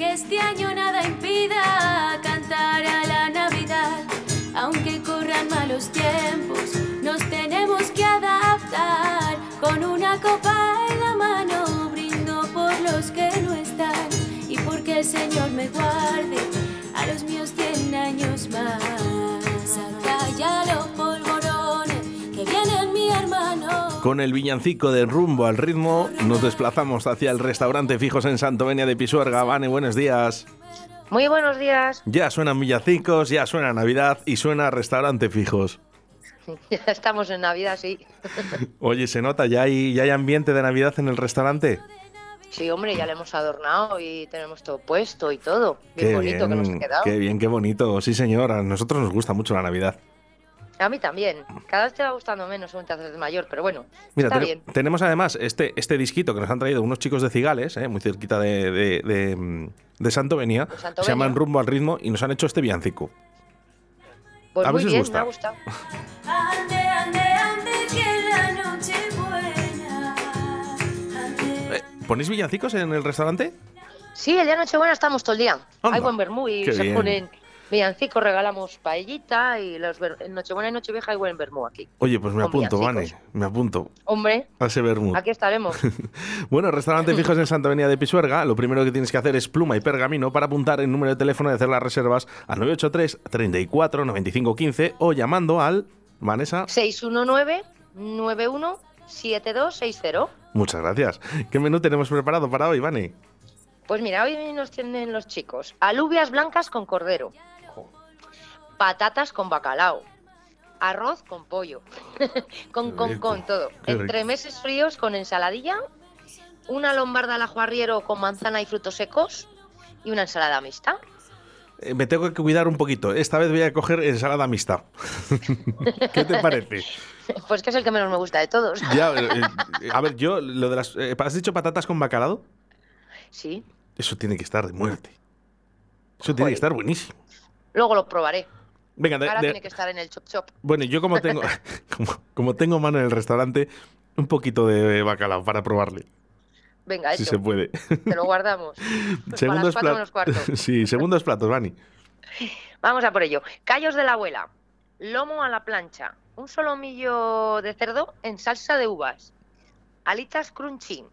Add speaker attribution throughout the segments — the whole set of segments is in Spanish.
Speaker 1: este año nada impida cantar a la Navidad. Aunque corran malos tiempos, nos tenemos que adaptar. Con una copa en la mano brindo por los que no están y porque el Señor me guarde a los míos cien años más. Saca ya los polvorones que vienen mi hermano.
Speaker 2: Con el villancico de rumbo al ritmo, nos desplazamos hacia el restaurante Fijos en Santovenia de Pisuerga. Vane, buenos días.
Speaker 3: Muy buenos días.
Speaker 2: Ya suenan villancicos, ya suena Navidad y suena restaurante Fijos.
Speaker 3: Ya estamos en Navidad, sí.
Speaker 2: Oye, se nota, ya hay, ya hay ambiente de Navidad en el restaurante.
Speaker 3: Sí, hombre, ya le hemos adornado y tenemos todo puesto y todo. Bien bonito que nos ha quedado.
Speaker 2: qué bien, qué bonito. Sí, señora, a nosotros nos gusta mucho la Navidad.
Speaker 3: A mí también. Cada vez te va gustando menos un te haces mayor, pero bueno.
Speaker 2: Mira,
Speaker 3: está
Speaker 2: ten-
Speaker 3: bien.
Speaker 2: tenemos además este, este disquito que nos han traído unos chicos de Cigales, eh, muy cerquita de, de, de, mm, de Santovenia.
Speaker 3: De
Speaker 2: Se
Speaker 3: Santovenia.
Speaker 2: llaman Rumbo al Ritmo y nos han hecho este villancico.
Speaker 3: Pues
Speaker 2: a ver
Speaker 3: muy
Speaker 2: si os
Speaker 3: bien,
Speaker 2: gusta.
Speaker 3: me ha gustado.
Speaker 1: Ande, ande, ande, que la noche buena. Ande,
Speaker 2: Eh, ¿Ponéis villancicos en el restaurante?
Speaker 3: Sí, el día de Nochebuena estamos todo el día.
Speaker 2: Anda,
Speaker 3: Hay buen vermú y
Speaker 2: qué
Speaker 3: se
Speaker 2: bien.
Speaker 3: ponen villancicos, regalamos paellita y los ver- en Nochebuena y Nochevieja hay buen vermú aquí.
Speaker 2: Oye, pues me
Speaker 3: Con
Speaker 2: apunto, Vane,
Speaker 3: villancicos.
Speaker 2: me apunto
Speaker 3: Hombre,
Speaker 2: a ese vermut.
Speaker 3: aquí estaremos.
Speaker 2: Bueno, restaurante fijos en Santa Avenida de Pisuerga. Lo primero que tienes que hacer es pluma y pergamino para apuntar el número de teléfono y hacer las reservas al 983 34 95 15 o llamando al Vanessa.
Speaker 3: 619-917260.
Speaker 2: Muchas gracias. ¿Qué menú tenemos preparado para hoy, Vane?
Speaker 3: Pues mira, hoy nos tienen los chicos alubias blancas con cordero, patatas con bacalao, arroz con pollo, con,
Speaker 2: Qué
Speaker 3: con,
Speaker 2: rico,
Speaker 3: con todo.
Speaker 2: qué rico.
Speaker 3: Entre meses fríos con ensaladilla, una lombarda al ajuarriero con manzana y frutos secos y una ensalada mixta.
Speaker 2: Eh, me tengo que cuidar un poquito. Esta vez voy a coger ensalada mixta. ¿Qué te parece?
Speaker 3: Pues que es el que menos me gusta de todos.
Speaker 2: Ya, eh, eh, a ver, yo lo de las eh, ¿has dicho patatas con bacalao?
Speaker 3: Sí,
Speaker 2: Eso tiene que estar de muerte. Eso tiene que
Speaker 3: Joder.
Speaker 2: estar buenísimo.
Speaker 3: luego lo probaré.
Speaker 2: Venga, de-
Speaker 3: Ahora
Speaker 2: de-
Speaker 3: tiene que estar en el chop chop.
Speaker 2: Bueno, yo como tengo, como, como tengo mano en el restaurante, un poquito de bacalao para probarle,
Speaker 3: Venga,
Speaker 2: si
Speaker 3: eso,
Speaker 2: se puede.
Speaker 3: te lo guardamos. Pues Para las
Speaker 2: Segundos
Speaker 3: cuatro menos
Speaker 2: platos.
Speaker 3: cuarto.
Speaker 2: Sí, segundos platos, Vani.
Speaker 3: Vamos a por ello. Callos de la abuela, lomo a la plancha, un solomillo de cerdo en salsa de uvas, alitas crunchy.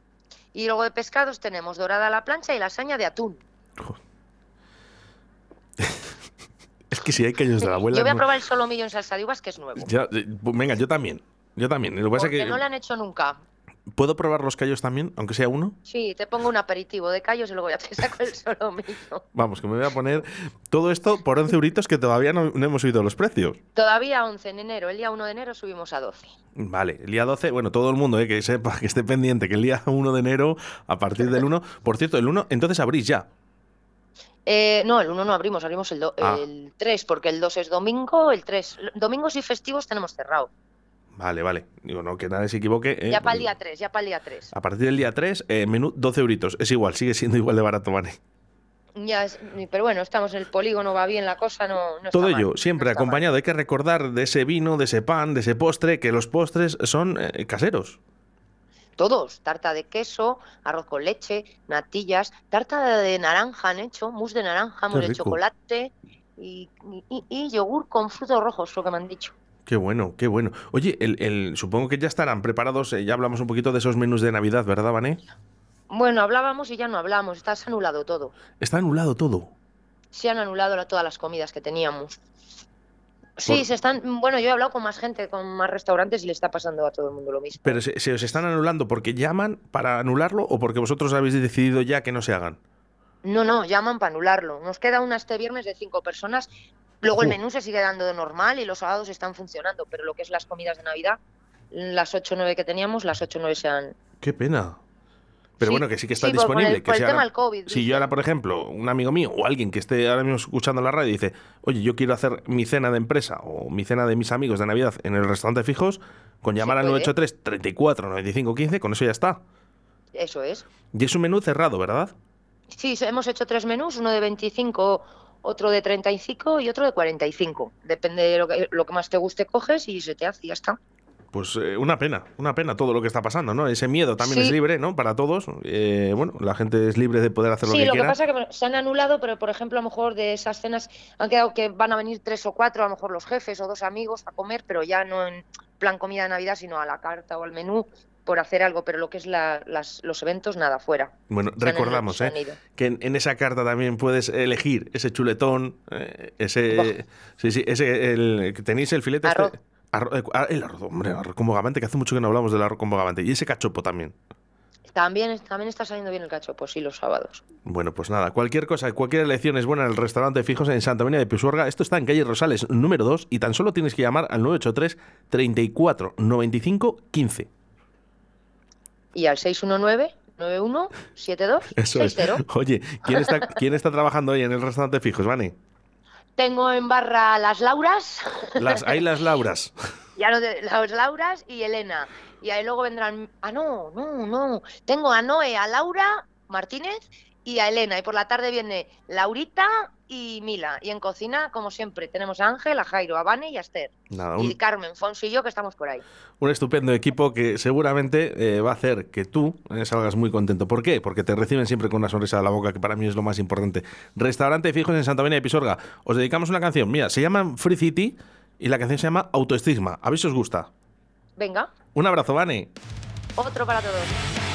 Speaker 3: Y luego de pescados tenemos dorada a la plancha y lasaña de atún.
Speaker 2: Es que si hay callos de la abuela.
Speaker 3: Yo voy a
Speaker 2: no-
Speaker 3: probar el solomillo en salsa de uvas, que es nuevo.
Speaker 2: Ya, eh, pues venga, yo también. Yo también. Lo que pasa es
Speaker 3: Porque
Speaker 2: que
Speaker 3: no lo han hecho nunca.
Speaker 2: puedo probar los callos también, aunque sea uno.
Speaker 3: Sí, te pongo un aperitivo de callos y luego ya te saco el solomillo.
Speaker 2: Vamos, que me voy a poner todo esto por 11 euritos que todavía no, no hemos subido los precios.
Speaker 3: Todavía 11 en enero, el día 1 de enero subimos a 12.
Speaker 2: Vale, el día 12, bueno, todo el mundo eh, que sepa, que esté pendiente, que el día 1 de enero, a partir del 1, por cierto, el 1, entonces abrís ya.
Speaker 3: Eh, no, el 1 no abrimos, abrimos el, do-
Speaker 2: Ah.
Speaker 3: el 3, porque el 2 es domingo, el 3. Domingos y festivos tenemos cerrado.
Speaker 2: Vale, vale. Digo, no, que nadie se equivoque. ¿eh?
Speaker 3: Ya para el día 3, ya para el día 3.
Speaker 2: A partir del día 3, eh, menú 12 euritos. Es igual, sigue siendo igual de barato, Vane.
Speaker 3: Ya es- pero bueno, estamos en el polígono, va bien la cosa, no, no está
Speaker 2: Todo
Speaker 3: mal,
Speaker 2: ello
Speaker 3: no
Speaker 2: siempre
Speaker 3: está mal.
Speaker 2: acompañado. Hay que recordar de ese vino, de ese pan, de ese postre, que los postres son eh, caseros.
Speaker 3: Todos, tarta de queso, arroz con leche, natillas, tarta de naranja han hecho, mousse de naranja,
Speaker 2: Qué
Speaker 3: mousse de
Speaker 2: rico.
Speaker 3: chocolate y, y- y yogur con frutos rojos, lo que me han dicho.
Speaker 2: Qué bueno, qué bueno. Oye, el, el- supongo que ya estarán preparados. eh, ya hablamos un poquito de esos menús de Navidad, ¿verdad, Vane?
Speaker 3: Bueno, hablábamos y ya no hablamos, está se ha anulado todo.
Speaker 2: Está anulado todo.
Speaker 3: Se han anulado la- todas las comidas que teníamos. Sí,
Speaker 2: Por-
Speaker 3: se están. Bueno, yo he hablado con más gente, con más restaurantes y le está pasando a todo el mundo lo mismo.
Speaker 2: Pero se, se os están anulando porque llaman para anularlo o porque vosotros habéis decidido ya que no se hagan.
Speaker 3: No, no, llaman para anularlo. Nos queda una este viernes de cinco personas. Luego el
Speaker 2: Ujú.
Speaker 3: menú se sigue dando de normal y los sábados están funcionando, pero lo que es las comidas de Navidad, las 8 o 9 que teníamos, las 8 o 9 se han...
Speaker 2: Qué pena. Pero
Speaker 3: Sí,
Speaker 2: bueno, que sí que está
Speaker 3: sí, por- por
Speaker 2: disponible.
Speaker 3: el-
Speaker 2: que
Speaker 3: por el
Speaker 2: se
Speaker 3: tema
Speaker 2: haga-
Speaker 3: del COVID,
Speaker 2: Si yo ahora, por ejemplo, un amigo mío o alguien que esté ahora mismo escuchando la radio dice, oye, yo quiero hacer mi cena de empresa o mi cena de mis amigos de Navidad en el restaurante fijos, con llamar al
Speaker 3: puede.
Speaker 2: 983 34 95 15, con eso ya está.
Speaker 3: Eso es.
Speaker 2: Y es un menú cerrado, ¿verdad?
Speaker 3: Sí, se- hemos hecho tres menús, uno de 25, otro de 35 y otro de 45. Depende de lo que, lo que más te guste coges y se te hace y ya está.
Speaker 2: Pues eh, una pena, una pena todo lo que está pasando, ¿no? Ese miedo también es libre, ¿no? Para todos. Eh, bueno, la gente es libre de poder hacer lo
Speaker 3: sí,
Speaker 2: que
Speaker 3: lo
Speaker 2: quiera.
Speaker 3: que pasa es que bueno, se han anulado, pero por ejemplo, a lo mejor de esas cenas han quedado que van a venir tres o cuatro, a lo mejor los jefes o dos amigos a comer, pero ya no en plan comida de Navidad, sino a la carta o al menú por hacer algo, pero lo que es la- las- los eventos, nada, fuera.
Speaker 2: Bueno,
Speaker 3: Se han-
Speaker 2: recordamos,
Speaker 3: se han
Speaker 2: ¿eh?
Speaker 3: ido.
Speaker 2: Que en, en esa carta también puedes elegir ese chuletón, eh, ese. Sí, sí, ese. El, que tenéis el filete. este-
Speaker 3: Arroz.
Speaker 2: arro- eh, ah, el arroz, hombre, arroz con bogavante, que hace mucho que no hablamos del arroz con bogavante. Y ese cachopo también.
Speaker 3: También, también está saliendo bien el cachopo, sí, los sábados.
Speaker 2: Bueno, pues nada, cualquier cosa, cualquier elección es buena en el restaurante Fijos en Santa María de Pisuerga. Esto está en calle Rosales número 2 y tan solo tienes que llamar al 983 34 95 15.
Speaker 3: Y al 619 9172
Speaker 2: Eso es. Oye, ¿quién está, ¿quién está trabajando hoy en el restaurante Fijos, Vani?
Speaker 3: Tengo en barra las Lauras,
Speaker 2: Las, hay las Lauras.
Speaker 3: ya no te- las Lauras y Elena. Y ahí luego vendrán. Ah, no, no, no. Tengo a Noé, a Laura Martínez y a Elena. Y por la tarde viene Laurita y Mila. Y en cocina, como siempre, tenemos a Ángel, a Jairo, a Vane y a Esther.
Speaker 2: Nada,
Speaker 3: Y
Speaker 2: un,
Speaker 3: Carmen, Fonso y yo que estamos por ahí.
Speaker 2: un estupendo equipo que seguramente eh, va a hacer que tú eh, salgas muy contento. ¿Por qué? Porque te reciben siempre con una sonrisa de la boca, que para mí es lo más importante. Restaurante Fijos en Santa María de Pisorga. Os dedicamos una canción. Mira, se llama Free City y la canción se llama Autoestigma. A ver si os gusta.
Speaker 3: Venga,
Speaker 2: Un abrazo, Vane.
Speaker 3: otro para todos.